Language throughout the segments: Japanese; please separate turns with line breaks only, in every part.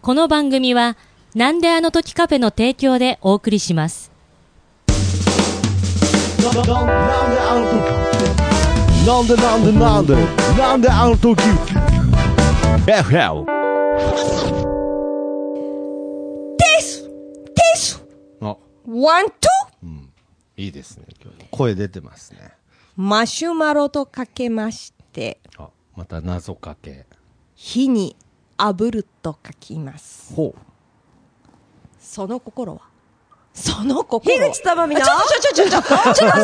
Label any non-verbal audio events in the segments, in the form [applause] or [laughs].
この番組は、なんであの時カフェの提供でお送りします。
なんであの時なんでなんでなんでなんであの時 FM あ
ワン、ツー
いいですね今日声出てますね
マシュマロとかけまして、
あまた謎かけ
火に炙ると書きます。
ほ
その心はその心は
樋口珠美の
あちょちょちょちょちょ、ちょっとその心は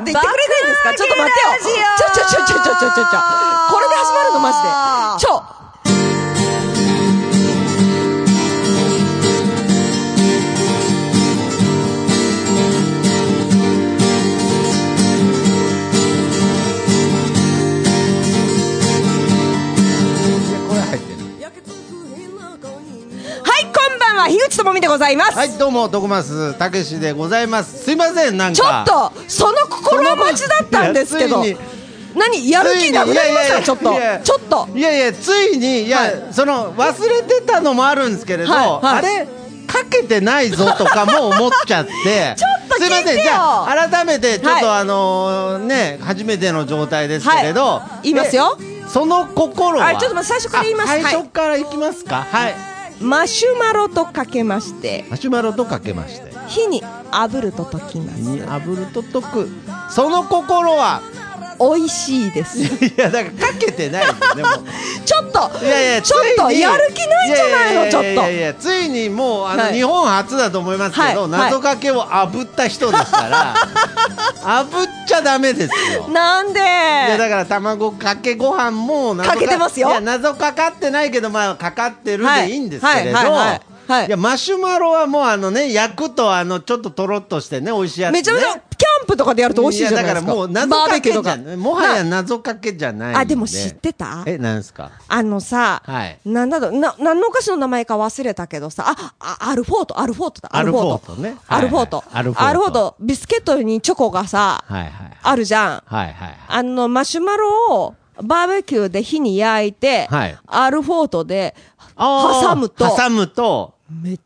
って言ってくれないんですかちょっと待ってよ。ちょちょちょちょちょちょちょ。これで始まるのマジで。ちょ
ういやこれ入ってる
はい、こんばんは、樋口智美でございます。
はいどうもドコマスたけしでございますすいませんなんか
ちょっと、その心は待ちだったんですけど
いやついに。
何やる気なくなりましたちょっ
い
と
やいや
ちょっと
いやいやついにいや、
はい
その忘れてたのもあるんですけれど、
はいはい
あれかけてないぞとかも思っちゃって
[laughs] ちょっと聞いてよ
すいませんじゃあ改めてちょっと、
は
あのーね初めての状態ですけれど、
はい言いますよ
でその心は
あちょっと待って最初から言います
あ
はい
最初からいきますかはい
マシュマロとかけまして
マシュマロとかけまして
火に炙ると溶きま
に
す
炙ると解くその心は [laughs]
美味しいです
いやだからかけてないんだよねもう
ちょっと
いやいや
ちょっと
ついに
やる気ないんじゃないの
や
ちょっ
ややいやいやついにもうあの、
はい
日本初だと思いますけど、
はい
謎かけを炙った人ですから炙っちゃダメですよ
となんで
いやだから卵かけご飯も謎
かけてますよ
いや謎かかってないけどまあかかってる
は
で
い
いいんですけれど、
はいいはいはいはい
やマシュマロはもうあのね焼くとあのちょっととろっとしてね美味しいやつ、ね、
めちゃめちゃキャンプとかでやると美味しいじゃないですか
やだからもう謎
バー
か
ベキュ
け
ーと
じゃ
か
んもはや謎かけじゃないん
あでも知ってた
えなんですか
あのさ、
はい
なんだろうな何のお菓子の名前か忘れたけどさああアルフォートアルフォートだ
アルフォートね
アルフォート、
はいはいアルフォート
アルフォートビスケットにチョコがさ、
はいはい
あるじゃん
はいはいはい
あのマシュマロをバーベキューで火に焼いて、
はい
アルフォートで
あー
挟むと
挟むと
め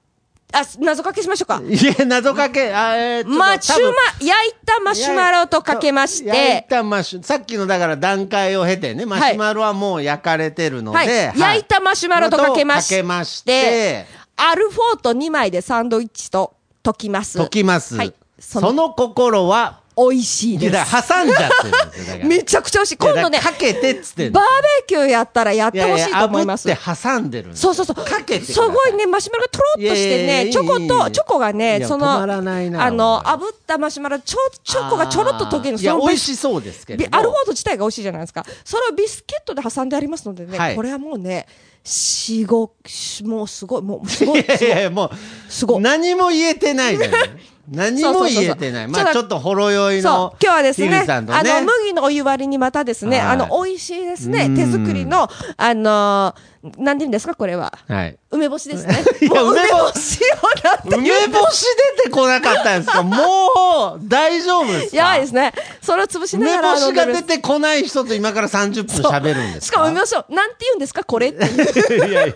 あ謎かけしましょうか
いや謎かけあえーちょっと
マシュ
多
マ
分
焼いたマシュマロとかけまし
焼い
て
たマシュさっきのだから段階を経てねマシュマロはもう焼かれてるので、
はい、焼いたマシュマロとかけまして
かけまして
アルフォート2枚でサンドイッチと溶きます
溶きます、
はい
そ
そ
の
の
心は
美味しい
いや
で
だ
す
から挟んじゃってるんですよだから
[laughs] めちゃくちゃ美味しい今度
いやだ
ね
からかけてっつってん
バ
の
ーベキューやったらやってほしいと思います
やや炙って挟んでるんです
そうそうそう。
かけてください
すごいね、マシュマロがとろっとして
いやいやいや
ね、チョコ
いいいい
と、チョコが
い
ね、
や
その、
止ま
あ
らないな
の、
お前
炙ったマシュマロ、チョ、チョコがちょろっと溶ける
いや
の
美
ビ
味
ス
しそうですけれ
ビ
ど
アルフォート自体が美味しいじゃないですか。それをビスケットで挟んでありますので
は
ね
い、
これはもうね、しご、しもうすご
[laughs]
い、もうすごい。
いやいやもう
すごい
何も言えてないのよ [laughs] 何も言えてないまあち
そうそうそうそう
ょっとほろ酔い
そ
の
う、今日はですね、
ヒル
あ
さんとね
の、麦のお湯割りにまたですね、
はい
あの、美味しいですね
うん、
手作りの、あのー、なんて言うんですか、これは。
はい
梅干しですね
[laughs] い。や
もう梅
梅干
干しをな
[laughs]
んて言うん
梅干し出てこなかったんですかもう大丈夫ですか
やばいですね。それを潰しな
梅
がら
干しが出
て
てこない人と今から30分喋るんです
しかも
か
梅干しを、なんて言うんですかこれってい
[laughs]
う。
いやいや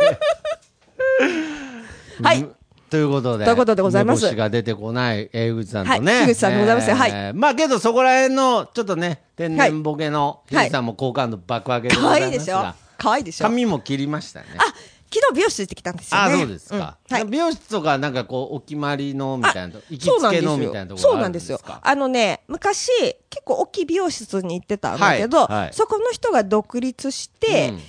はい。
ということで。
ということでございます
梅干しが出てこない、江口さんとね。
はい江口さんでございますよはい
まあけど、そこら辺の、ちょっとね、天然ボケの、江
はい
口さんも好感度爆上げでご
可
ざ
愛い
い
で
ます
し
が。
ょ可愛いでしょあ、
髪も切りましたね。
昨日美容室行ってきたんですよ
あ
ね。
そうですか。
うんはい。
美容室とか、なんかこう、お決まりのみたいなと、行き
そう
つ
なん
け
です
のみたいなと
よ。
ころ
そう
があ
な
る
ん
ん
で
ですす
よ
か。。
あのね、昔、結構大きい美容室に行ってたんだけど、
はいはい
そこの人が独立して、
うん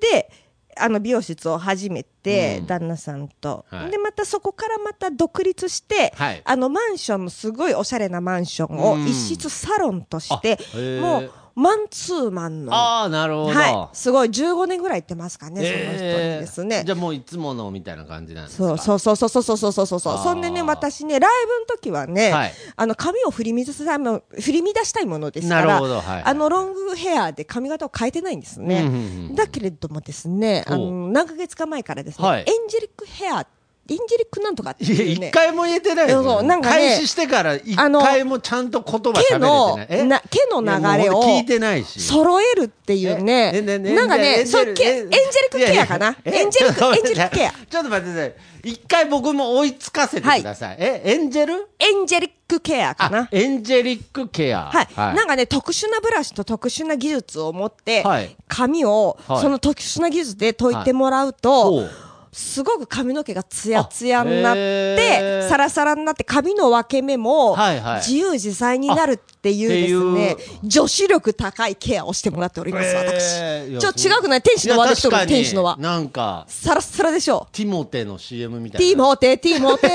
で、あの美容室を始めて、
うん
旦那さんと、
はい
で、またそこからまた独立して、
はい
あのマンションのすごいおしゃれなマンションを
うん
一室サロンとして
あへ、ー
もうマンツーマンの。
ああ、なるほど。
はい、すごい15年ぐらい行ってますかね、その人に
えー
ですね。
じゃあもういつものみたいな感じなんですか
そうそうそうそうそうそうそうそう
あー
そんでね私ねライブの時はね、
はい
あの髪を振り乱したいも振り乱したいものですから
なるほどはい
あのロングヘアで髪型を変えてないんですね、
うんうんうん
だけれどもですねあ
ほ
の何ヶ月か前からですね
はい
エンジェリックヘアってインジェリックなんとかって
いや、
いう
一
ね。
回も言えてないよ。
そうなんかね
開始してから一回もちゃんと言葉
毛の
喋れてない。え
な毛の流れ
いやも
を
う聞いてないし。
揃えるっていうね。なんかね、そうけエンジェリックケアかな。エンジェ
[laughs]
リック、エンジェリックケア。
ちょっと待ってください。一回僕も追いつかせてください。え、エンジェル
エンジェリックケアかな
あ。、エンジェリックケア。
はい。なんかね、特殊なブラシと特殊な技術を持って
はい、
髪を、
はい
その特殊な技術で解いてもらう
ほ
と
う、
すごく髪の毛がツヤツヤになっ
へ
て
ー、
サラサラになって髪の分け目も
はいはい
自由自在になるっていうです
あ
ね
って、
女子力高いケアをしてもらっております、
えーい
私。
や
ちょっと
そ
違
う
くない天使の輪できとる
いや確かに
天使の輪。
なんか、
サラッサラでしょ。
ティモテの CM みたい
テ
な。
ィモテ、ティモテ、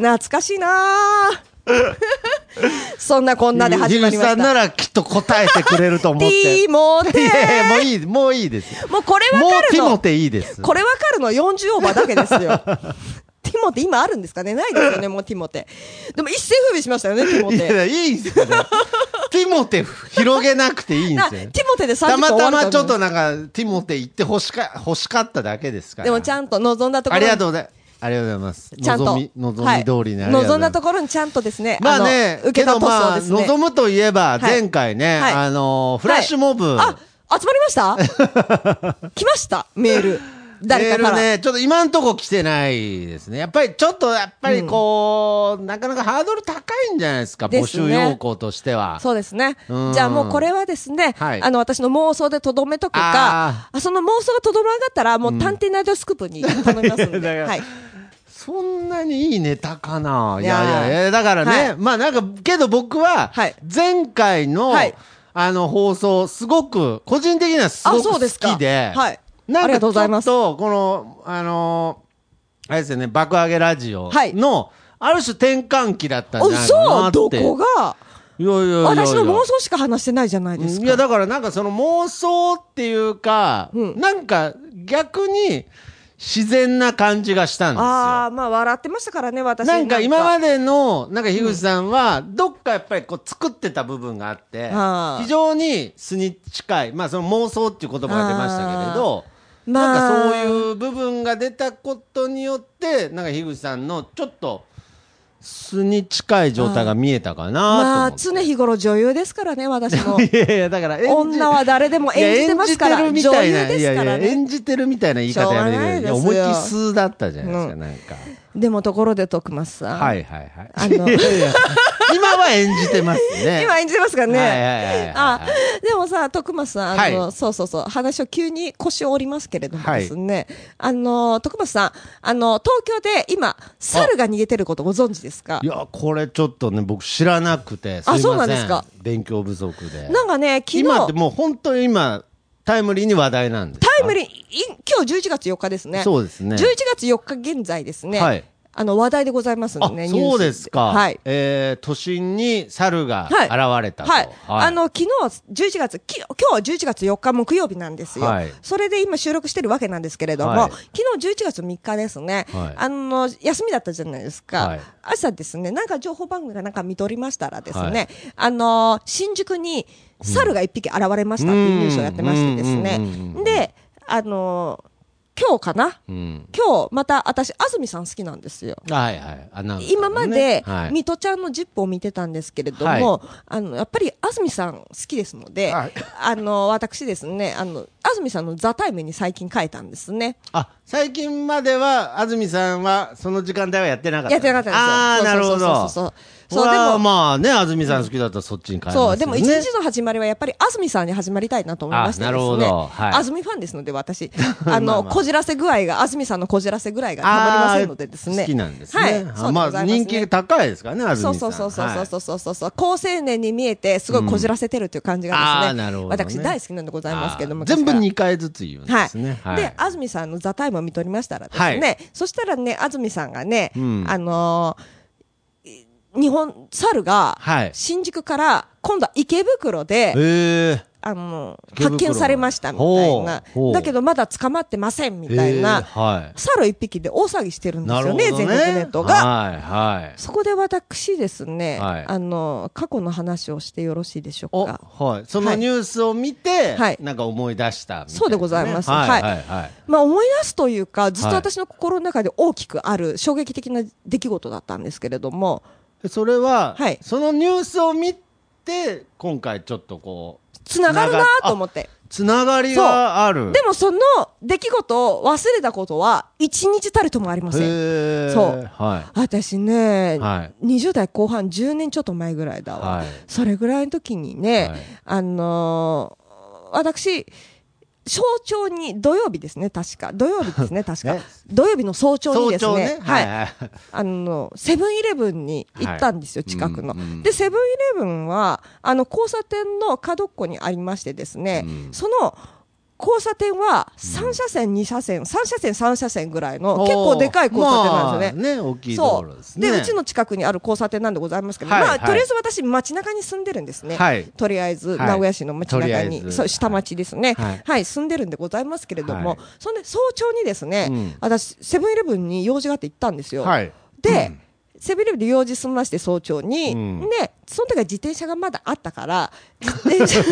[laughs]
懐かしいなあそんなこんなで始まりま
ゆうさ
し
んな
た。
らきっと答えてくれると思っ
[laughs] テ
て。
ィモテ
いやいやもういい、もういいです。
[laughs] もうこれ
も
わ
う
かる
ティモ
の。
テいいです。
これわかるの40オーバーだけで
[laughs]
すよ。ティモテ今あるんですかねないですよね、もうティモテ。でも一世風靡しましたよね、ティモ
い
テ。
や、いいんですよね。ティモテ広げなくていいんで
な
す
テ
よ
ィ
ね。
モテで30
たま
分終
た
わる
まちょっ
思
と
う
なんか、ティモテ行って欲しか、欲しかっただけですから。
でもちゃんと望んだとこ
あ
ろに。
りがとうございます。ありがとうございます。
ちゃんと。
望み、望み通りにあ
は
りが
い
とうございます。
望んだところにちゃんとですね、
まあね
の、受
け
けた
ど
塗装
まあ、
ですね。
望むといえば、
はい
前回ね、
はい
あのー、フラッシュモブ、
あ、集まりました
[laughs]
来ましたメール。誰か
メール
から。
ね、ちょっと今んとこ来てないですね。やっぱりちょっと、やっぱりこう、なかなかハードル高いんじゃないですか、
で
募
す
集
ね
要項としては。
そうですね。
うん
じゃあもうこれはですね、
はい
あの私の妄想でとどめとくか
あ、
あその妄想がとどまなかったら、もう探偵ナイトスクープに頼みますん
いやい [laughs]
で。
や
はい。
そんなにいいネタかな。い
いや
や
ー
いやいや、だからね、
はい
まあなんか、けど僕は
はい、
前回の、
はい
あの、放送、すごく、個人的にはすご
あそ
く
う
好
ですか
きで、
はい
な
あ
ん
り
かち
がとう
ょ
ございま
っ
す
と、この、あのー、あれですよね、爆上げラジオ
はい
の、ある種転換期だったんじゃないかな
嘘
って。
どこが
いやいやいやいや
私の妄想しか話してないじゃないです
いや
か。
だからなんかその妄想っていうか、
うん
なんか逆に自然な感じがしたんですよ。
ああ、まあ笑ってましたからね、私。
なんか今ま
で。
での、なんか樋口さんは、どっかやっぱりこう作ってた部分があって、
あー
非常に素に近い、まあその妄想っていう言葉が出ましたけれど、
あーまあ
なんかそういう部分が出たことによって、なんか樋口さんのちょっと素に近い状態が見えたか
ま
な
あ
と思って。
常日頃女優ですからね、私
[laughs]
も。
いやいや、だから演じ、
[laughs] 女は誰でも演じてますから
いや演じてるみたいな、
女優ですか
いや
らね
いや演じてるみたいな言い方やめてください。い
しょうがないです
や
よ
思いっきり素だったじゃないですか、
う
なんか。
でもところで徳松さん。
はいはいはい。
あ
[laughs]
の
いやいや今は演じてますね。
今演じてますからね。
はいはいはいはい
あ、でもさ、徳松さん、あの、
はい
そうそうそう、話を急に腰を折りますけれども
はい
ですね、あの、徳松さん、あの、東京で今、猿が逃げてることご存知ですか
いや、これちょっとね、僕知らなくて、すいません。
そうなんですか
勉強不足で。
なんかね、昨日、
今ってもう本当に今、タイムリーに話題なんですか。
タイムリー、い今日11月4日ですね。
そうですね
11月4日現在ですね。
はい
あの、話題でございますんでね、
あ、
ニュース
そうですか。
はい。
えー都心に猿が
はい
現れたと。
はい。あ、の、昨日は11月、き今日は11月4日木曜日なんですよ。
はい
それで今収録してるわけなんですけれども、
はい
昨日11月3日ですね、
はい
あの、休みだったじゃないですか。
はい
朝ですね、なんか情報番組がなんか見とりましたらですね、
はい
あの、新宿に猿が一匹現れましたっていうニュースをやってましてですね
うんうんうんうんう。ん
で、あの、今日かな、
うん。
今日また私、安住さん好きなんですよ。
はいはい。アナウンサーのね
今まで、
はい
ミトちゃんのジップを見てたんですけれども、
はい
あの、やっぱり安住さん好きですので、
はい
あの、私ですね、あの、安住さんのザ・タイムに最近書いたんですね。
あ、最近までは、安住さんは、その時間帯はやってなかった。
やってなかったんですよ。
ああ、なるほど。
そうそうそうそう。
そ
そう、
れ
で
は
も、
まあね、安住さん好きだったらそっちに変えますよ
そ
ね。
う、でも一日の始まりはやっぱり安住さんに始まりたいなと思いましてですね。
あなるほどはい
安住ファンですの
[laughs]
で、私。
ま
あ
あまあ
の、こじらせ具合が、安住さんのこじらせ具合がたまりませんのでです
あ
ね。
ー好きなんです
はい。
ね。
そうでござ
ま
いま
あ
すね
人気高いですからね、安
そう
住
そ
さ。
うんそうそうそう
う。
そうそうそうそう、高青年に見えて、すごいこじらせてるという感じがですね。
うんあーなるほどね
私大好きなんでございますけども。
あー全部
昔か
2
ら
回ずつ言うんで
はい
すね。
で、安住さんの「ザタイムを見とりましたらですね、
はい
そしたらね、安住さんがね、
うん
あのーい日本、猿が
はい、
新宿から、今度は池袋で、
へえ。
あの、
池袋
発見されましたみたいな
ほうほう。
だけどまだ捕まってませんみたいな、
は
猿一匹で大騒ぎしてる
い。
んで
なる
すよ
ほど
ね、
ね。
全国ネットが。
はい、はい。
そこで私ですね、
はい
あの、過去の話をしてよろしいでしょう
お、
か。
はい。そのニュースを見て、
はい
なんか思い出したみたいなね、
そうでございます
はい、
はい
はい、はい。
まあ思い出すというか、ずっと
はい
私の心の中で大きくある衝撃的な出来事だったんですけれども、
それは、
はい
そのニュースを見て、今回ちょっとこう、
つながるなと思って。
つながりがある。
でもその出来事を忘れたことは一日たりともありません。
へー
そう
は
私ね、
は
20代後半10年ちょっと前ぐらいだわ。
はい
それぐらいの時にね、
はい
あのー私、早朝に、土曜日ですね、確か。土曜日です
[laughs]
ね、確か。
ね
土曜日の早朝に
い。
ですね、
は、
はいい、
はい。
あの、セブンイレブンに行ったんですよ、
はい
近くの。
うんうん
で、セブンイレブンは、あの、交差点の角っこにありましてですね、
うん
その、交差点は3車線、2車線、3車線、3車線ぐらいの結構でかい交差点なんですよね。
まあね、大きいとこ
そ
ろです
う。
ね。
で、うちの近くにある交差点なんでございますけど、
はい
まあ、とりあえず私、街中に住んでるんですね。
はい
とりあえず、
はい
名古屋市の街
とりあ
中
えず
に、そう、下町ですね。
は
はいい、住んでるんでございますけれども、
はい
そんで、早朝にですね、
うん
私、セブンイレブンに用事があって行ったんですよ。
はい。
で、セブンイレブンで用事済まして早朝に、
うん
で、その時は自転車がまだあったから、自転車、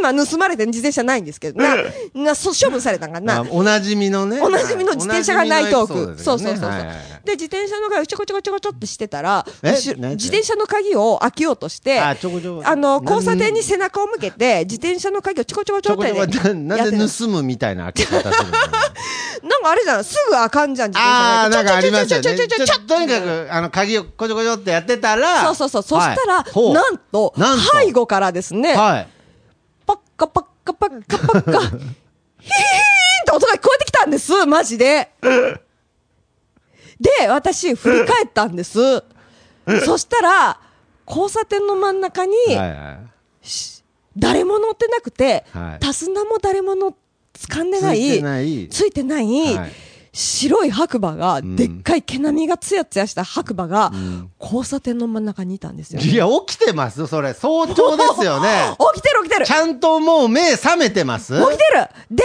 今盗まれて自転車ないんですけど、な、な、そ処分されたんか
ま
な
あ。おなじみのね。
おなじみの自転車がないトーク。そ
お
う
なじみのエピ
そうそう
ソド
そう。
ですよねはいはいはい
で、自転車の鍵をちょこちょこちょこちょってしてたら、
え
後ろ
何
自転車の鍵を開けようとして、
あ
あ
ちょこちょこ
の、交差点に背中を向けて、自転車の鍵をちょこちょこち
ち
ょ
ょ
って
こちょ
ねや
こ
って
な
た
なんで盗むみたいな開け方するの
なんかあれじゃん、すぐあかんじゃん、自転
ああ、
車
なんかありますよね。
ちょちょちょちょちょちょちょ
とにかく、あの、鍵をこちょこちょってやってたら、
そうそうそう。そしたら、
はいほう
なんと、
なんと
背後からですね、
はい。
パッカパッカパッカパ
[laughs]
ッカ、ヒーンって音が聞こえてきたんです、マジで。で、私、振り返ったんです。そしたら、交差点の真ん中に、
はいはい
誰も乗ってなくて、
はい
手綱も誰もの掴んでない、
ついてない
ついてない
はい
白い白馬が、
ん
でっかい毛並みがつやつやした白馬が、
ん
交差点の真ん中にいたんですよ。
いや、起きてますそれ。早朝ですよね。
起きてる起きてる
ちゃんともう目覚めてます
起きてるで、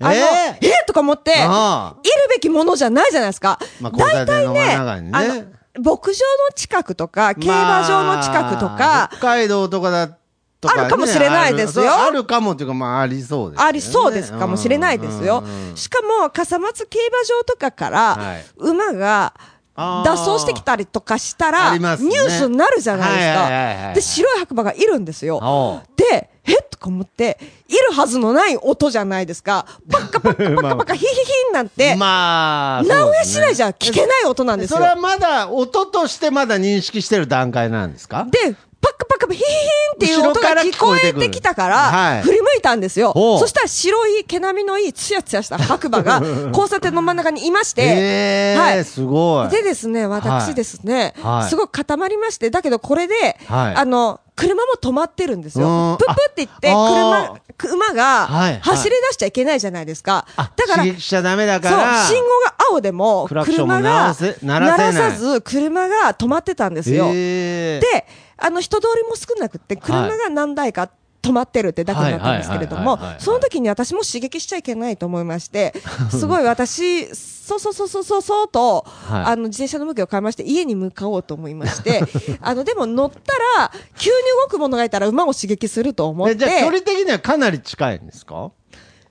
あの、
え
えーとか思って、いる
ああ
べきものじゃないじゃないですか。
まあ交差
大
点の
体ね、
真ん中にね
あの、牧場の近くとか、競馬場の近くと
まあ
か、
北海道とかだとかね、
あるかもしれないですよ
あるそうあるかもっていうか、まあ、ありそうですよね、
ありそうですかもしれないですよ
うんうんうん。
しかも、笠松競馬場とかか
は
ら
い、
馬が、
あー
脱走してきたりとかしたら、
あり
ニュ
ますね
ースになるじゃないです
はいはいはいは
か。
い
で、白い白馬がいるんですよ。
おう
で、えっとか思って、いるはずのない音じゃないですか。パッカパッカパッカパッカ、ヒヒヒンなんて、
まあ、
名古屋市内
ゃ
じゃ聞けない音なんです
そ
よ
れ。はまだ、音としてまだ認識してる段階なんですか
で、パッカパッカヒヒヒンっていう音が聞こえてきたから、
後ろから聞こえてくるはい
振り向いたんですよ。
ほう
そしたら白い毛並みのいいツヤツヤした白
[laughs]
馬が交差点の真ん中にいまして、
えー
はい
すごい。
でですね、私ですね、
はい
すごく固まりまして、だけどこれで、
はい
あの、車も止まってるんです
うん
よ。プップって言って、
あ
車、馬が
はいはい
走り出しちゃいけないじゃないですか。
あ
だから
刺、激しちゃダメだ
そ
か
う
ら。、
信号が青でも、
クラクションも
車
鳴ら
が
せ鳴
鳴
らせない
らさず、車が止まってたんですよ。
えー
で、あの人通りも少なくって、車が何台か止まってるってだけだったんですけれど
はい
も
はいはいはいはいはい、
その時に私も刺激しちゃいけないと思いま
[laughs]
して、すごい私、そうそうそうそうそうそうと、
い
あの自転車の向きを変えまして、家に向かおうと思いまして、 [laughs] あのでも乗ったら、急に動くものがいたら馬を刺激すると思っ
えじゃあ距離
て、
的にはかなり近いんですか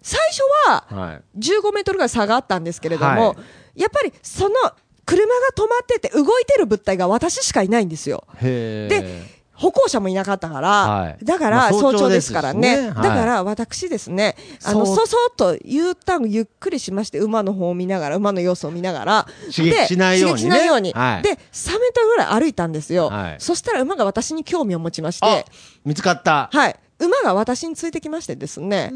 最初は、
はい。
15メートルぐらい差があったんですけれども、
は
やっぱりその車が止まってて動いてる物体が私しかいないんですよ。
へー
で、歩行者もいなかったから、
はい
だか
まあ
ら
早
早
朝
朝
で
ですす
し
から
ね
ね、
はい
だから私ですね、あの
そう
そそっと U ターンゆっくりしまして、馬の方を見ながら、馬の様子を見ながら、
刺激
で
しないようにね
刺激しないように
はい
で、3メートルぐらい歩いたんですよ、
はい
そしたら馬が私に興味を持ちまし
あ
て、
見つかった。
はい、馬が私についてきましてです
[laughs]
ね、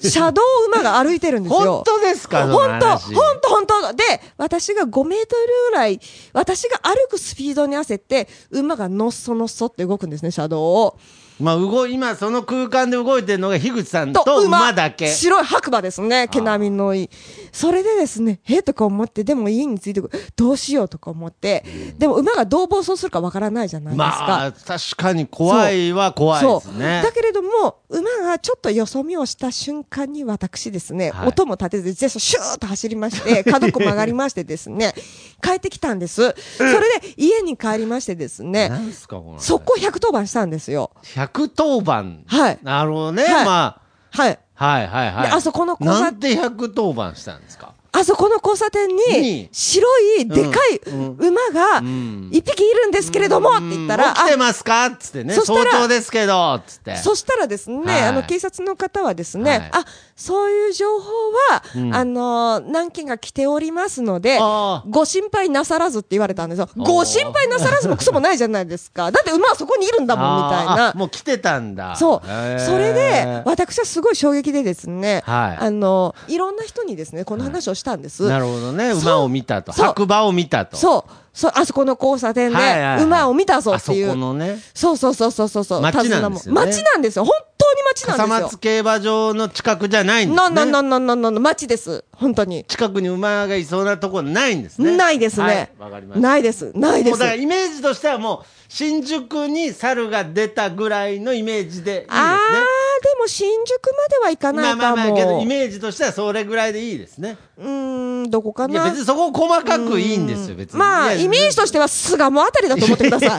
車道を馬が歩いてるんですよ。
本当ですかその
本当、
話
本当、本当。で、私が5メートルぐらい、私が歩くスピードに合わせて、馬がのっそのっそって動くんですね、車道を。
まあ、動い、今その空間で動いてるのが樋口さんと馬だけ。
白い白馬ですね。毛並みのいい。それでですね、へえとか思って、でも家についてくるどうしようとか思って、でも馬がどう暴走するかわからないじゃないですか。
まあ、確かに怖いは怖いですね
そう。だ。けれども、馬がちょっとよそ見をした瞬間に私ですね、
はい
音も立てず、ジェスチャーシューッと走りまして、角く曲がりましてで
[laughs]
すね、帰ってきたんです。それで家に帰りましてですね、
何すか、この。
速攻110番したんですよ。
百1番。
はい
なるほどね。
はい
ま
はい。
あ、はいはいはい。
であそこの交差
なんで110番したんですか
あそこの交差点に
に、
白いでかい
うん
馬が
ん
一匹いるんですけれども、って言ったら、
うん起きてますかっつってね。
そした
早
ら
朝ですけど、つって。
そしたらですね、
はい
あの警察の方はですね、
はい
あそういう情報は、
うん
あの何件が来ておりますので
あ、ー
ご心配なさらずって言われたんですよ。
ー
ご心配なさらずもクソもないじゃないです
[laughs]
か。だって馬はそこにいるんだもんみたい
あーあ
な。
もう来てたんだ。
そう
へー。
それで、私はすごい衝撃でですね、
はい
あの、いろんな人にですね、この話をしたんです。
なるほどね。
そう
馬を見たと。
そう
白馬を見たと。
そう。そう、あそこの交差点で
はいはいはい
馬を見たぞ
あ
って
そ
いう。
このね。
そうそうそうそうそうそう。
街なんですよね
手綱も街なんですよ。本当に街なんです
笠
よ。
松競馬場の近くじゃないんです
な
ね。
んなんなんなんなんなんなん街です。本当に。
近くに馬がいそうなとこないんですね。
ないですね。
はいわかりました。
ないです。ないで
もう
す
だか。らイメージとしてはもう新宿に猿が出たぐらいのイメージでいいですね。
あー、でも新宿までは行か
ま
な
あ
い
ま
か
あまあけど
も
イ。メージとしてはそれぐらいでいいですね。
うーん、どこか
いや
な
別。にそこ細かくいいんですよ別に。
まあ、イメージ
と
としては巣鴨あたりだと思ってください。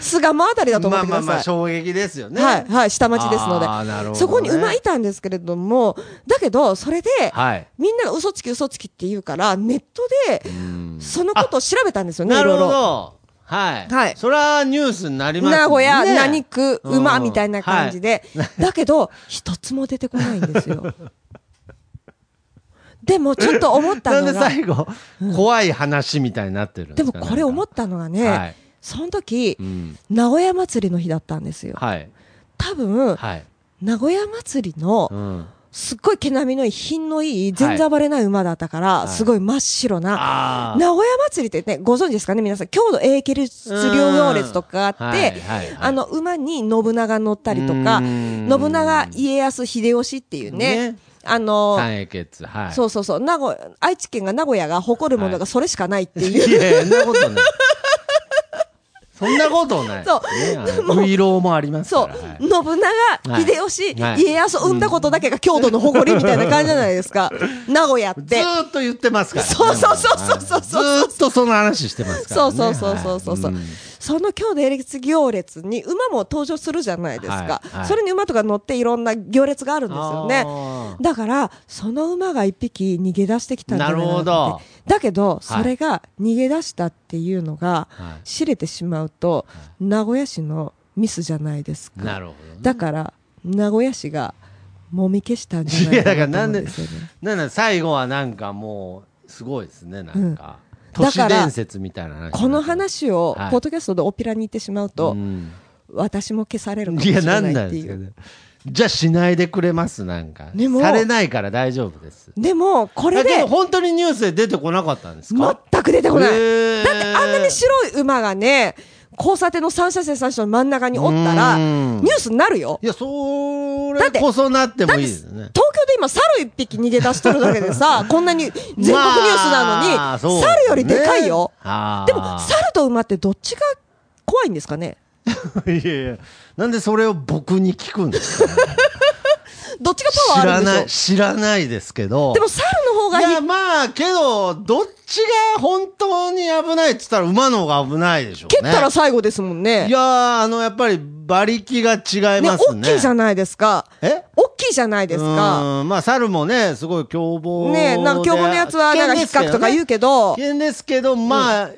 巣鴨あたりだと思
まあ
ってく
まあ
だ
まあ
さい。
衝撃ですよね。
はい、はい、下町ですので
あーなるほど。ね
そこに馬いたんですけれども、だけど、それで、
はい。
みんなが嘘つき嘘つきって言うから、ネットで、そのことを調べたんですよね、
ない
ろ
る
い
ほ
ろ。
ど。はい。
はい
それはニュースになりますね。
名古屋、何
か。
区、
うん
馬みたいな感じで。だけど、一つも出てこないんですよ。 [laughs] でも、ちょっと思った
なん
の
で
が、
最後、怖い話みたいになってるんで
です
か
もこれ思ったのがね、
はい
その時、
うん
名古屋祭りの日だったんですよ。
はい。
多分、
はい。
名古屋祭りの
う、ん。
すっごい毛並みのいい、品のいい、全然暴れない馬だったから、
い
すごい真っ白な、
あー
名古屋祭りってね、ご存知ですかね、皆さん。郷土英傑両行列とかあって、
うんはいはいはい
あの、馬に信長乗ったりとか、
う
信
ん
長、家康、秀吉っていうね、
ね
あの、
三英傑。はい。
そうそうそう、名古屋、愛知県が名古屋が誇るものがそれしかないっていう。
いや、そんなことない。そんなことない。
そう
ねあのういろうもあります
そう
から。はい。
信長、
はい
秀吉、
はい
家康を生んだことだけが郷土の誇りみたいな感じじゃないですか。名古屋っ
ず
て。
ーっと言ってますからね。
そうそうそうそうそうそう
はいずーっとその話してますから
そう
ね。
そうそうそうそうそう、
はい
その今日のエレキツ行列に馬も登場するじゃないですか、
はいはい
それに馬とか乗っていろんな行列があるんですよね
あー
だからその馬が一匹逃げ出してきたんじゃないかなって
なるほど
だけどそれが逃げ出したっていうのが
はい
知れてしまうと、名古屋市のミスじゃないですか
なるほどね
だから名古屋市がもみ消したんじゃないい
や、だ
か
から
な
なんで
と思うんですよね、
なんだ、最後はなんかもう、すごいですね、な
うん
んか。都市伝説みたいな話。
この話を
はい
ポッドキャストでオペラに行ってしまうと、
うん
私も消されるかもし
い
れ
や、なん
な
ない
っ
ん
て
です
い
か
う。
ね。じゃあしないでくれます、なんか。
でも
されないから大丈夫です。
でも、これ
だけ
で
ど、本当にニュースで出てこなかったんですか
全く出てこない。だ
へー
ってあんなに白い馬がね、交差点の三車線三車線の真ん中におったら、
う
ニ
ん
ュースになるよ。
いや、そ
だっ
れ
て
こそなっても
だっ
いい
て、
です
東京
ね
で。今猿一匹逃げ出しとるだけ
[laughs]
でさ、こんなに全国ニュース
ま
な
あ
の
そう
に、
すね
猿よりでかいよ。
あ
でも、
ー
猿と馬ってどっちが怖いんですかね
いやいや、なんでそれを僕に聞くんです
[laughs]
か
どっちが
知
パワーあ
ら
るんでし
な
ょ
い、知らないですけど。
でも猿の方が
い
いい
や、まあ、けど、どっちが本当に危ないって言ったら馬の方が危ないでしょう
蹴っ
ね。
たら最後ですもんね。
いやー、あの、やっぱり馬力が違い
ね、
ますね。
大きいじゃ
ない
ないですか。
え
大きいじゃないですか。
うん、まあ、猿もね、すごい凶暴で。
ねえ、なんか凶暴のやつは、なんか
危険で
比
すけどね
較とか言うけど、
危険ですけど、まあ、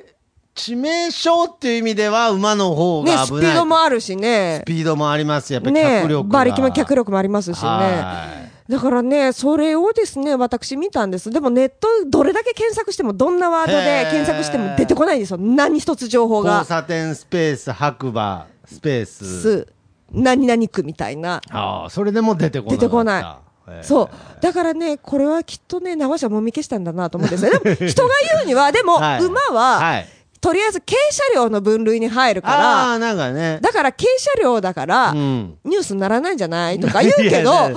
致命傷っていう意味では馬の方
ね、
が
ス
危
ピ
ない。
ードもあるしね
ス。ピードもあります。やっぱり
ね
脚力が
馬力も脚力もありますしね。
はい
だからね、それをですね、私見たんです。でもネット、どれだけ検索しても、どんなワードで
へー
検索しても出てこないんですよ。何一つ情報
交
が。
差点スペース、白馬スペース。
す、何々区みたいな。
ああ、それでも出てこない。
出てこない
へえ
そう。だからね、こ
[laughs]
れはきっとね、名古屋市はもみ消したんだなと思うんですよ。でも、人が言うには、でも、
はい
馬は、
はい。
とりあえず軽車両の分類に入る
あ
か
あ、なんかね
ら、。だから軽車両だから、
うん。
ニュースにならないんじゃないとか言う
[laughs]
けど
いや、いや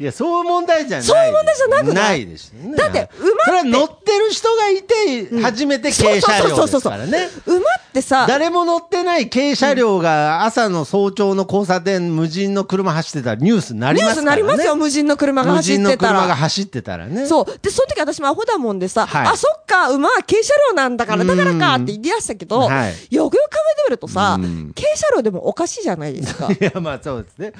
いや、そういう問題じゃない。
そういう問題じゃなくない
ないですよね。
だって馬って
それは乗ってる人がいて、初めて軽車両ですからね。
馬ってさ、
誰も乗ってない軽車両が朝の早朝の交差点、無人の車走ってたらニュースにな
ニ
り
ュ
ま
ー
す
ス
から
にな
ね。
りますよ、無人の車が
無
走
人
っ
の
てた
車が
ら。
走ってたらね。
そう。で、その時私もアホだもんでさ、
はい
あ、そっか、馬は軽車両なんだから、だからかって言い出したけど、
はい
よくよく考えてみるとさ、
うん
軽車両でもおかしいじゃないです
[laughs]
か。
いや、まあ [laughs] そうですね。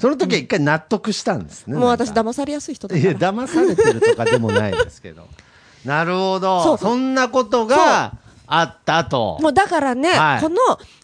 その時は一回納得したんですね。
もう私
なんか
騙されやすい人だ
い
か
や、
ら。
騙されてるとかでもないですけど。なるほ
そ
ど。
う
そんなことがあったと。
もうだからね、
はい
この、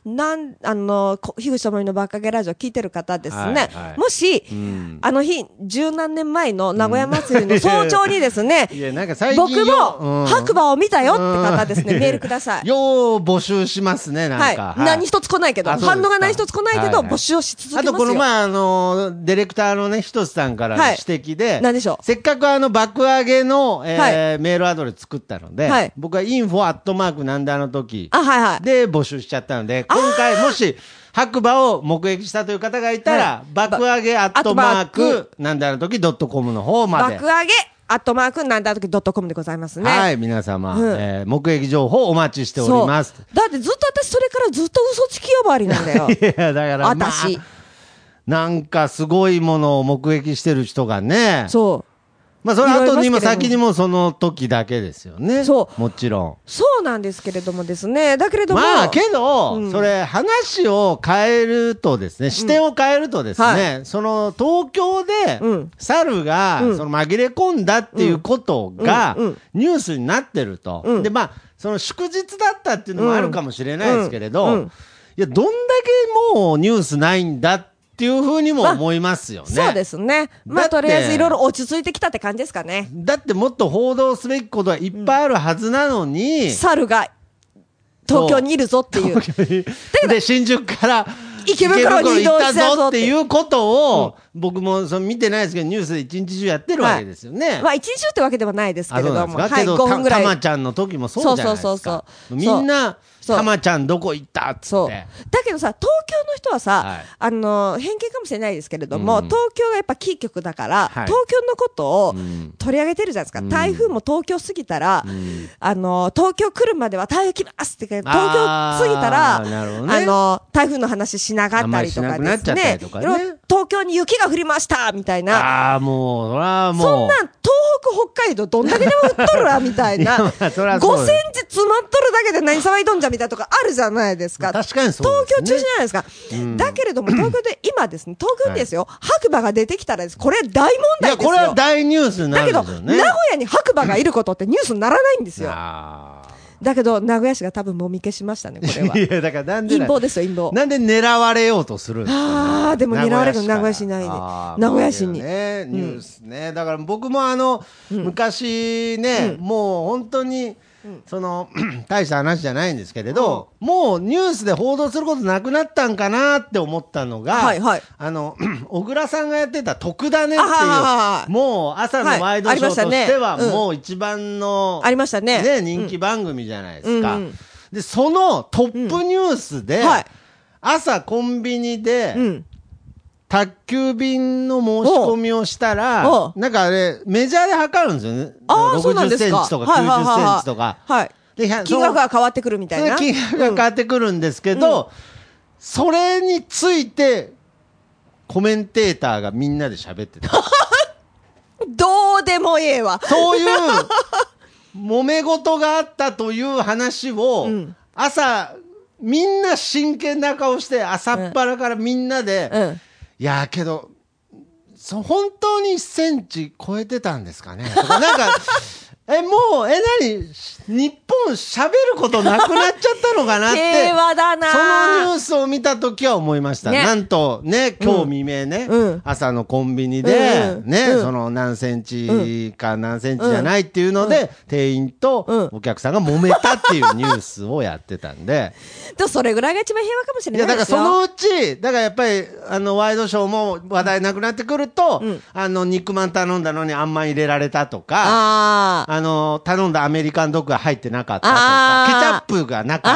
なん、あの、こ樋口智美のバカげラジオ聞いてる方ですね、
はいはい
もし、
ん
あの日、十何年前の名古屋祭りの早朝にです
[laughs]
ね、
いや、なんか最近
僕
よ
も
うん
白馬を見たよって方ですね、メールください。
[laughs] よう募集しますね、な
は
ん
い
か。。
何一つ来ないけど、
あそうですか
反応が何一つ来ないけど、
はいはい
募集をし続けま
あ
すよ。
と、この前、あの、ディレクターのね、ひとつさんからの
はい
指摘で、
何でしょう
せっかくあの、爆上げの、えーメールアドレス作ったので、
はい
僕はインフォアットマークなんであの時
あ、はいはい。
で募集しちゃったので、今回もし白馬を目撃したという方がいたら、爆上げアットマー
アットマ
ク、なんであの時ドットコムの方まで
爆。上げ、アットマーク、なんだとき .com でございますね。
はい、皆様、
うん
えー目撃情報お待ちしております。
そ。うだってずっと私それからずっと嘘つき呼ばわりなんだよ
いや、だから、 [laughs] まあ
私。
なんかすごいものを目撃してる人がね、
そう。
まあそれは後にも
いろいろいますけれども
先にもその時だけですよね。
そう
もちろん。
そうなんですけれどもですね。だけれども。
まあけど、
うん
それ話を変えるとですね視点を変えるとですね、
は
その東京で、
うん
猿が、
うん
その紛れ込んだっていうことが、
うんうん
ニュースになってると、
うん
でまあその祝日だったっていうのもあるかもしれないですけれど、
うんうん
いやどんだけもうニュースないんだっていうふうにも思いますよね。
そうですね。ま
だっ
あ
て
とりあえずいろいろ落ち着いてきたって感じですかね。
だってもっと報道すべきことはいっぱいあるはずなのに、
猿が東京にいるぞっていう。
で新宿から
池袋に移動
池袋行っ
したぞって
たぞっていうことを、僕もその見てないですけどニュースで一日中やってるわけですよね。
まあ一日中ってわけではないですけ
あ
れ
そうな
ど
んで
も。
すか、
は
け
い、
ど
5
た
分ぐら
たま
い。
ちゃんの時もそうじゃないですか
そうそうそうそう
みんな
そう
たまちゃんどこ行ったっつって
そう。だけどさ、東京の人はさ、
はい
あの、偏見かもしれないですけれども、
うん
東京がやっぱキー局だから、
はい
東京のことを
ん
取り上げてるじゃないですか。台風も東京過ぎたら、
ん
あの、東京来るまでは台風来ますって言うけど東京
あー
過ぎたら、
なるほどね
あの、台風の話しなかったりと
あ
か
んまりしなくな
で
っちゃ
す
ったり
ね。
とかね
いろいろ東京に雪が降りましたみたいな。
ああもうそれはもう
そんなん、東北、北海道、どんだけでも降っとるわ、みた
[laughs]
い
いやま
な。
あそりゃそうです
5センチ詰まっとるだけで何騒いどんじゃみたいなとかあるじゃないですか。
確かにそう
東
です、
京
ね、
中心じゃないですか。だけれども、東京で今ですね、東京にですよ、白馬が出てきたらです。これ大問
い
題
や
ですよ。
これは大ニュースにな
だ
る
け
んで
ど、
すよ
名
ね
古屋に白馬がいることってニュースにならないんですよ。
あ
だけど、名古屋市が多分もみ消しましたね、これは
[laughs] ー。いやだからなんで
陰
な
謀ですよ、陰謀。
なんで狙われようとするんですかね
あーでも狙われるの名古屋市内で
あー
名古屋市に
そうだよねニュースね、だから僕もあの、昔ね、もう本当に、その [clears throat] 大した話じゃないんですけれど、もうニュースで報道することなくなったんかなって思ったのが、
はいはい
あの [clears throat] 小倉さんがやってた「特ダネ」っ
あはいはいは
ていう
い
もう朝
は
の
い
ワイドショーとし
ありましてたね
は
うん
もう一番の、
ありましたねうん
人気番組じゃないですか、
うんうん
でそのトップニュースで、
うんはい
朝コンビニで、
うん。
宅急便の申し込みをしたら
お、う
なんかあれ、メジャーで測るんですよね。
ああ、そうなん
60
です
セン
か。
チとか
はいはいはい
90セ
は
ン
い
チとか。
はい。
で、100
金額が変わってくるみた
そ
い
の
な。
その金額が変わってくるんですけど、それについて、コメンテーターがみんなで喋ってた。
どうでもええわ。
そういう、揉め事があったという話を、
うん
朝、みんな真剣な顔して、朝っぱらからみんなで、
うん。
いやーけどそ本当に1センチ超えてたんですかねとかなんか [laughs] えもうえ何し日本しゃべることなくなっちゃったのかなって
[laughs] 平和だなー
そのニュースを見た時は思いました、
ね
なんとね今日未明ね、
うん
朝のコンビニで、
うん
ね、
うん
その何センチか何センチじゃないっていうので、店員と
う
お客さんが揉めたっていうニュースをやってたんで。
でもそれぐらいが一番平和かもしれ
いや
な
だか
いで
ら
す
そ
よ。
のうち、だからやっぱりあのワイドショーも話題なくなってくると、
ん
あの肉まん頼んだのにあんまん入れられたとか、あ
ああ。
のの、頼んだアメリカンドッグが入ってなかったと
あ
か、ケチャ
ー
ップがなか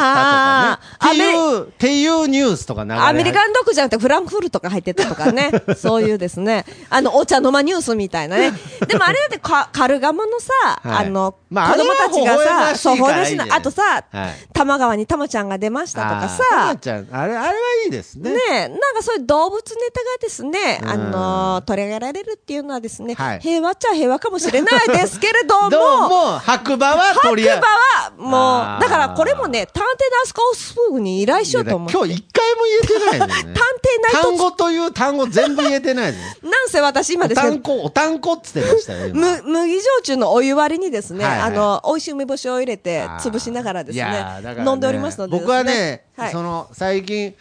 ったとかね。って
あ
いう、っていうニュースとか流れ
アメリカ
ン
ンドッグじゃなくてフランクフルトが入ってたとか
[laughs]
ね。そういうですね。あの、お茶の間ニュースみたいな
[laughs]
ね。でもあれだってか、カルガモのさ、
はい
あの、
まあ
子供たちが
あれは
さ、
微笑ましいからいい
し
じゃない
な、あとさ、
はい
玉川に玉ちゃんが出ましたとか
あ
さ
ー、ちゃん、あれ、あれはいいですね。
ねえ、なんかそういう動物ネタがですね、
うん
あのー取り上げられるっていうのはですね、
はい
平和っちゃ平和かもしれないですけれども、
どうも、白馬は
白
取り上げ
馬はも
あー
う、だからこれもね、探偵ナスカオスフーに依頼しようと思って。
今日一回も言えてないですよね。
探偵ナイト
単語という単語全部言えてないですね。
なんせ私今
お
です
た
ね
ん、こ、おたんこっつってましたよ、今。
む麦焼酎のお湯割りにですね、
はいはい
あの、美味しい梅干しを入れて、
あー
潰しながらですね
いやーだから
飲んでおりますのでです、
僕はね、
はい
その最近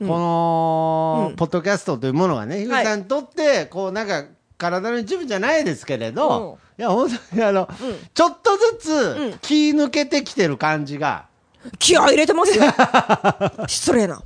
この、
うん
ポッドキャストというものがね、ひぐ
はい
さんにとってこうなんか体の一部じゃないですけれど、いや本当にあの、
ん
ちょっとず
ん
つ気抜けてきてる感じが、
気合入れて
[laughs]
ますよ。失礼な。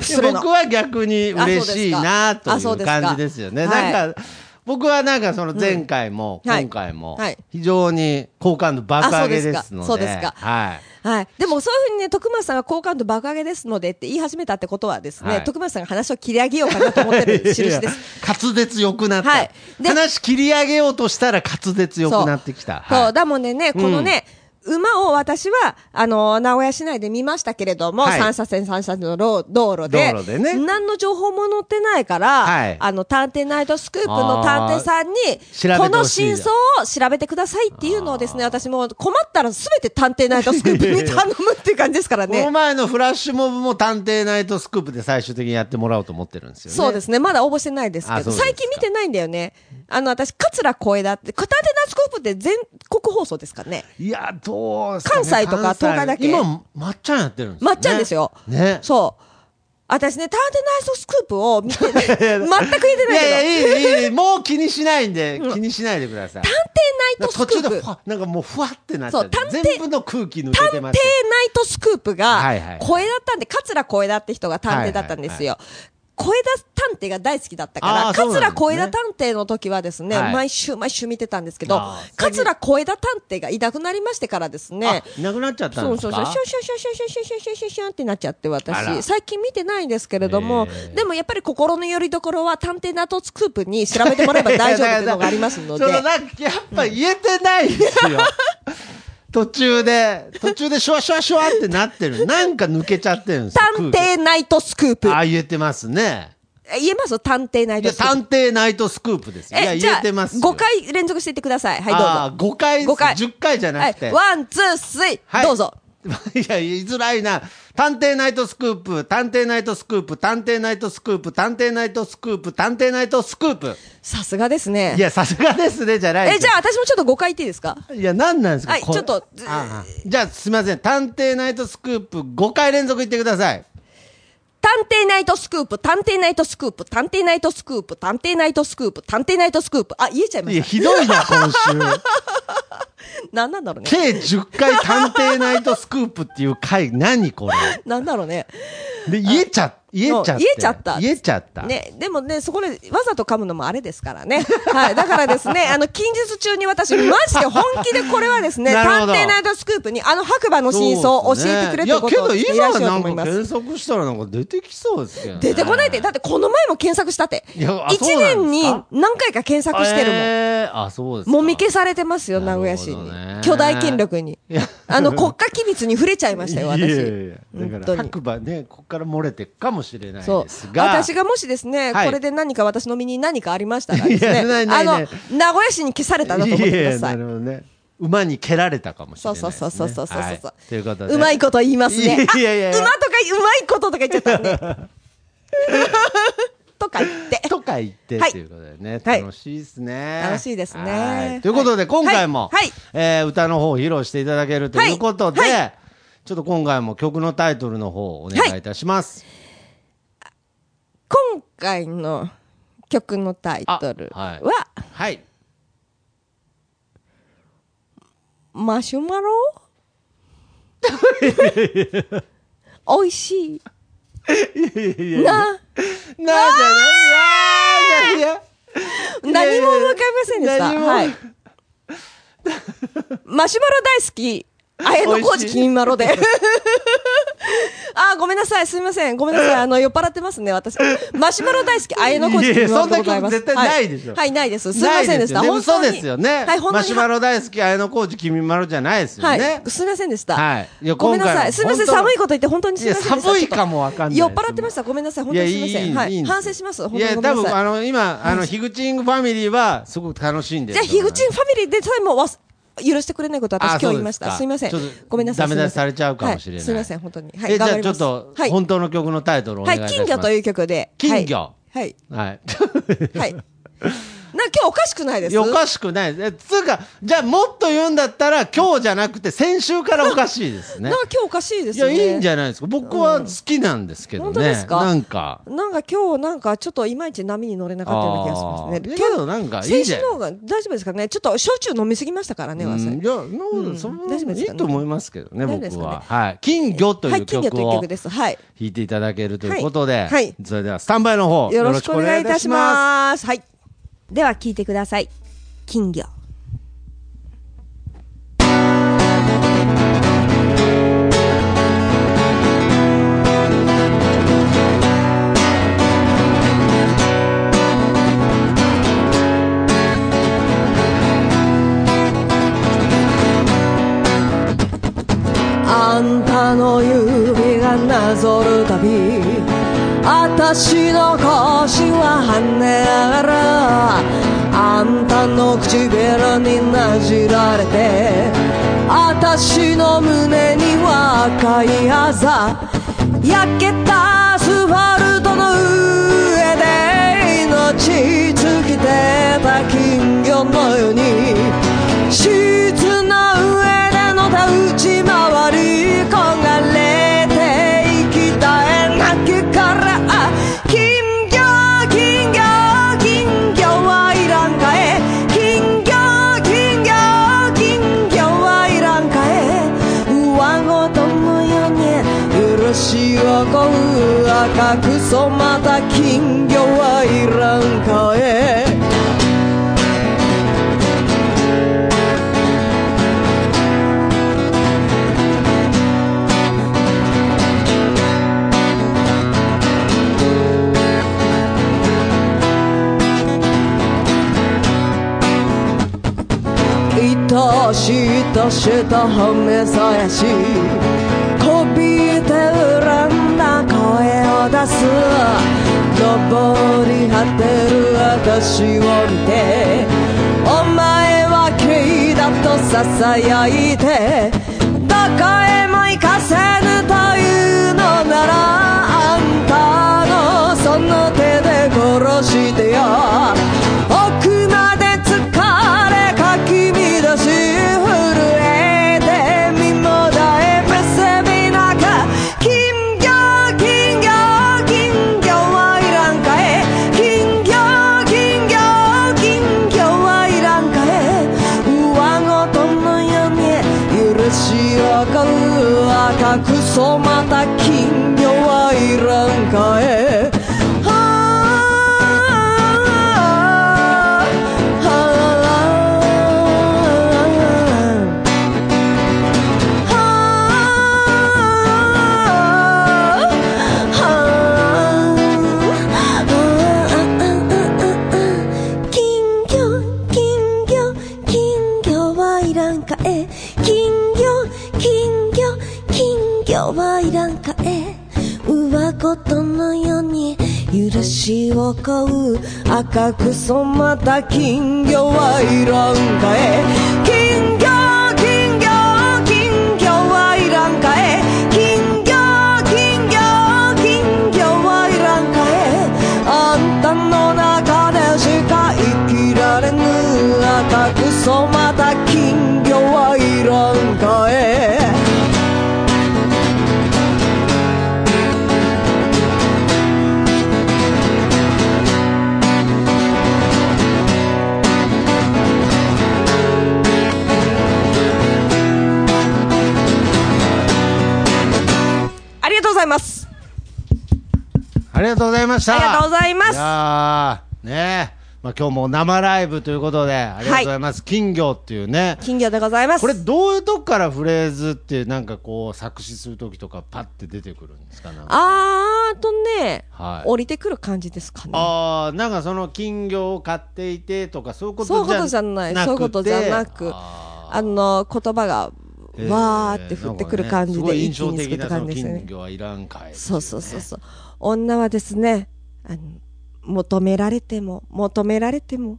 失礼な
僕。は逆に嬉しいなと
あ
い
そう
う
ですか
感じですよね。
あそうですか
なんか、僕はなんかその前回も
うんはい
今回も
はい
非常に好感度爆上げ
あ
ですので、
そうですかそうですか
はい。
はい。でもそういうふうにね、徳松さんが好感度爆上げですのでって言い始めたってことはですね、
はい
徳松さんが話を切り上げようかなと思ってる印です。
滑舌良くなった、
はいで
話切り上げようとしたら滑舌良くなってきた。
そ
は
う、
い
だもんねね、このね、馬を私は、あの、名古屋市内で見ましたけれども、
はい
三車線三車線の道道路で、
道路でね
何の情報も載ってないから、
はい
あの、探偵ナイトスクープの探偵さんに
調べ、てほしい
この真相を調べてくださいっていうのをですね、私も困ったらすべて探偵ナイトスクープに頼むっていう感じで
[laughs]
すから
この
ね。
前のフラッシュモブも探偵ナイトスクープで最終的にやってもらおうと思ってるんですよね。
そうですね。まだ応募してないですけ
あそ
ど、
うですか
最近見てないんだよね。あの、私、桂声だって、探偵ナイトスクープって全国放送ですかね。
いや、どうす
関西とか東海だけ
今、まっちゃんやってるんですよ、ね。
まっちゃんですよ
ね。
そう。私ね、ターテナイトスクープ
[laughs]
を見て、全く言えてないけど、
いやいや、いい、いい、もう気にしないんで、気にしないでください。
探偵ナイトス
途
クー
中
プ、
で
探偵
ふわ、なんかもうふわってなっちゃって
そう探偵
全部の空気抜けて
ナ
ま
イ
すよ。
トスクープ
は
が
いはい、
声だったんで、桂声だって人が探偵だったんですよ。声だ探偵が大好きだったか
あ
ら、
ーそうなんですね
桂声だ探偵の時はですね、
はい
毎週毎週見てたんですけど
あー、
桂声だ探偵がいなくなりましてからですね、
あいなくなっちゃったん
そう
です
そ
か
うそう、シュンシュンシュンシュンシュンシュンシュンシュンシュンってなっちゃって、
あ
私、
ら
最近見てないんですけれども
へ、ー
でもやっぱり心の拠り所は探偵ナトスクープに調べてもらえば大丈夫っていうのがありますので
[laughs] そ、のなんかやっぱ言えてないです
[laughs]
よ。途中で、途中でシュワシュワシュワってなってる。なんか抜けちゃってるんですよ。
探偵ナイトスクープ
空気。あ、言えてますね。
え言えます探偵ナイ
い
ト
や、
スクープ。
探偵ナイトスクープです。いや、
じ
言
ゃ
えてますよ。
5回連続していってください。はい、どうぞ。
あー5回、
5回
10回じゃなくて。
はい、ワン、ツー、スリ
は
ー、
い
どうぞ。
[laughs] いや、言いづらいな。探偵ナイトスクープ、探偵ナイトスクープ、探偵ナイトスクープ、探偵ナイトスクープ、探偵ナイトスクープ。
さすがですね
い。や、さすがですね、じゃないです
え、
よ
じゃあ私もちょっと5回言っていいですか
いや、何なんですか
はい
これ
ちょっとず
ああじゃあ、すみません。探偵ナイトスクープ5回連続言ってください。
探偵ナイトスクープ、探偵ナイトスクープ、探偵ナイトスクープ、探偵ナイトスクープ、探偵ナイトスクープ。あ、言えちゃいま
いや、
し
ひどいな、今週。 [laughs]
た。なんなんだろうね。
計10回探偵ナイトスクープっていう回、何これ。
[laughs] なんだろうね。
で、言えちゃ、言えちゃった。
言えちゃった
言えちゃった。
ね、でもね、そこでわざと噛むのもあれですからね。 [laughs] はい。だからです
[laughs]
ね、あの、近日中に私、マジで本気でこれはです
[laughs]
ね、
なるほ
探
ど
偵ナイトスクープに、あの白馬の
そう
真相を教えてくれということを
ですね
い
いや、
らっ
けど
しゃると
今
思
ないん
ま
か
す。
検索したらなんか出てきそうですけどね。
出てこないで、だってこの前も検索したって。
いやあ
1
そうなんですか
年に何回か検索してるもん。
えーあ、そうですか。
もみ消されてますよ、名古屋市
なるほどね
に。巨大権力に
いや。
あの、国家機密に触れちゃいましたよ、
いやいや
私
い。や
本
だか
当
ら
に。
白馬ね、ここから漏れてくかもしれない
そう
です。が。
私がもしですね、
はい
これで何か私の身に何かありましたらです
いやな
ね
い、な
あ
い
の、
ない
名古屋市に消されたなと思ってくださ
いやいやないる。ほどね。馬に蹴られたかもしれ
そう
ない、ね。
そうそうそうそうそう
はい
そう。
ということで。
うまいこと言いますね。
いやいやいや
あ馬とか、うまいこととか言っちゃったんで。とか言って。
とか言って
はい
ということでね、
はい
楽しいですね。
楽しいですね
はいということで、
はい
今回も、
はいはい
えー歌の方を披露していただけるということで、
はいは
ちょっと今回も曲のタイトルの方をお願いいたします。
今回の曲のタイトル
あはい
は、
はい。
マシュマロ美味しい。な、
なんじゃないいやいやいや
何も浮かびませんでした。
何も
はい。マシュマロ大好き、綾野浩二金マロで。 [laughs] あー、ごめんなさい、すみません。ごめんなさい。あの、酔っ払ってますね、私。マシュマロ大好き、綾野浩二金マロでございま
い
す。
やいやそんな曲絶対ないでしょ
はい、はいないです。すみませんでした。
ない
本
すよ
当
ね
に
嘘ですよね。
はい、本当に。
マシュマロ大好き、綾小路君まろじゃないですよ
はい、
ね。
すみませんでした。
はいいや
ごめんな
今
さ
回
い。すみません、
本当
寒いこと言って本当にすみませんでした。
いや寒いかもわかんない
酔っ払ってました。ごめんなさい。本当にすみません。
い
は
やいいいい
い。
んですよ
反省します。本
い
当に
や、多
ごめんな
分、
さい。
あの、今、あの、ヒグチングファミリーは、すごく楽しんで
じ
る
ゃあ、
と思い
ヒ
ま
グ
す
チンファミリーでさえもわす許してくれないこと
あ
私今日言いまし
そうです
た。
か
すみません
ちょっと。
ごめんなさい。
ダメ出し
すいません
されちゃうかもしれない
はすみません、本当に。は
え
い、
じ
頑
ゃ
張
あ
り
ちょ
ま
っ
す。
と
はい、
本当の曲のタイトルをお願
は
いいた
い、
し
金
ます。
魚という曲で。
金魚。
はい。
はい。
はい。はい。な、今日おかしくないです
おかしくない。えつうか、じゃあもっと言うんだったら、今日じゃなくて、先週からおかしいです
な、
ね。
今日おかしいで
い
す
や、
よね。
いいんじゃないですか。僕は好きなんですけどね。
本当ですか
なんか。
なんか今日なんかちょっといまいち波に乗れなかったような気がしますね。
あーけどなんかいいじゃん
先週の方が大丈夫ですかね。ちょっと焼酎飲みすぎましたからね、
うん
私。
いや、なん
ん
そんな
大丈夫ですかね
いいと思いますけどね、
大丈夫
僕
ですかね
は。はい。金魚と
はいい、
う
金魚と
曲
いう
を
曲です。はい。
弾いていただけるということで、
はいはい
それではスタンバイの方、
よろしくお願いいたし
す。
ます。はい。では聞いてください。金魚。あんたの指がなぞるたび私の腰は跳ね上がるあんたの唇になじられて私の胸には赤いあざ焼けたアスファルトの上で命尽きてた金魚のようにシーツの上でのた打ち回り焦がれて生きたえなきから金魚金魚金魚はいらんかえ金魚金魚金魚はいらんかえ上ごとのように許しをこう赤く染まった金魚はいらんかえ愛しとした褒めさやしこびて恨んだ声を出す登り果てる私を見てお前は君だと囁いてどこへも行かせぬというのならあんたのその手で殺してよ奥まで疲れかき乱し震えて身もだえ結びなか金魚金魚金魚はいらんかえ金魚金魚金魚はいらんかえ上ごとのように許しを買う赤く染まった金魚はいらんかえ金魚金魚金魚はいらんかえ金魚金魚金魚はいらんかえ上ことのように許しを買う赤く染まった金魚はいらんかえ金魚金魚金魚はいらんかえ金魚金魚金魚はいらんかえあんたの中でしか生きられぬ赤く染まった金魚はいらんかえありがとうございます
ありがとうございました。
ありがとうございます
いやーねえまあ、今日も生ライブということで、ありがとうございます。金魚っていうね。
金魚でございます
これどういうとこからフレーズってなんかこう作詞する時とかパッて出てくるんですかなんか
あーとね、
はい
降りてくる感じですかね
あーなんかその金魚を買っていてとかそういうこ
そう
と
いう
じ
こ
ゃ
と
な
じゃない
くて
そういうことじゃなく
あ
あの言葉が
ー
わーって降ってくる感じ
なんか
で
ね
一気に作っ
す
た
ご
感
い
じ
印象的なそ
ですよ
の
ね
金魚はいらんかい
そうそうそうそう女はですねあの求められても求められても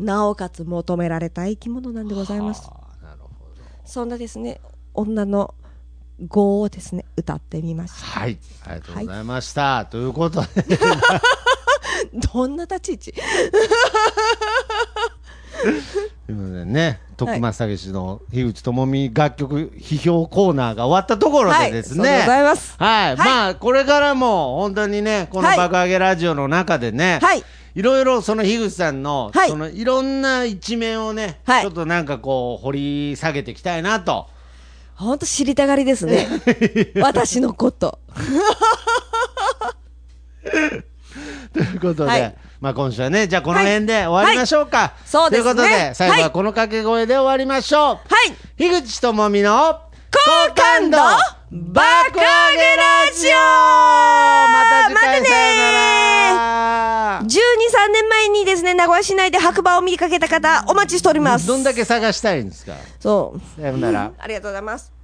なおかつ求められたい生き物なんでございます
あーなるほど
そんなですね女の語をですね歌ってみました
はいありがとうございました、という
[laughs]
ことで
どんな立ち位置
すいませんね徳松たけしの樋口智美楽曲批評コーナーが終わったところでですね、
はい、そうでございます
はい、まあこれからも本当にねこの
はい
爆上げラジオの中でね、
はい
ろいろその樋口さんの、
はい
そのいろんな一面をね、
はい
ちょっとなんかこう掘り下げていきたいなと
本当知りたがりで
[laughs]
すね私のこと
ということで、
はい
まあ今週はねじゃあこの辺で終わりましょうか、
そうですね
ということで最後
は
はいこの掛け声で終わりましょう、
はい
樋口智美の
好感度
爆上げラジオまた次
また
回
ねー
さよなら
12、3年前にですね、名古屋市内で白馬を見かけた方、お待ちしております。
どんだけ探したいんですか
そう。
さよなら
ありがとうございます。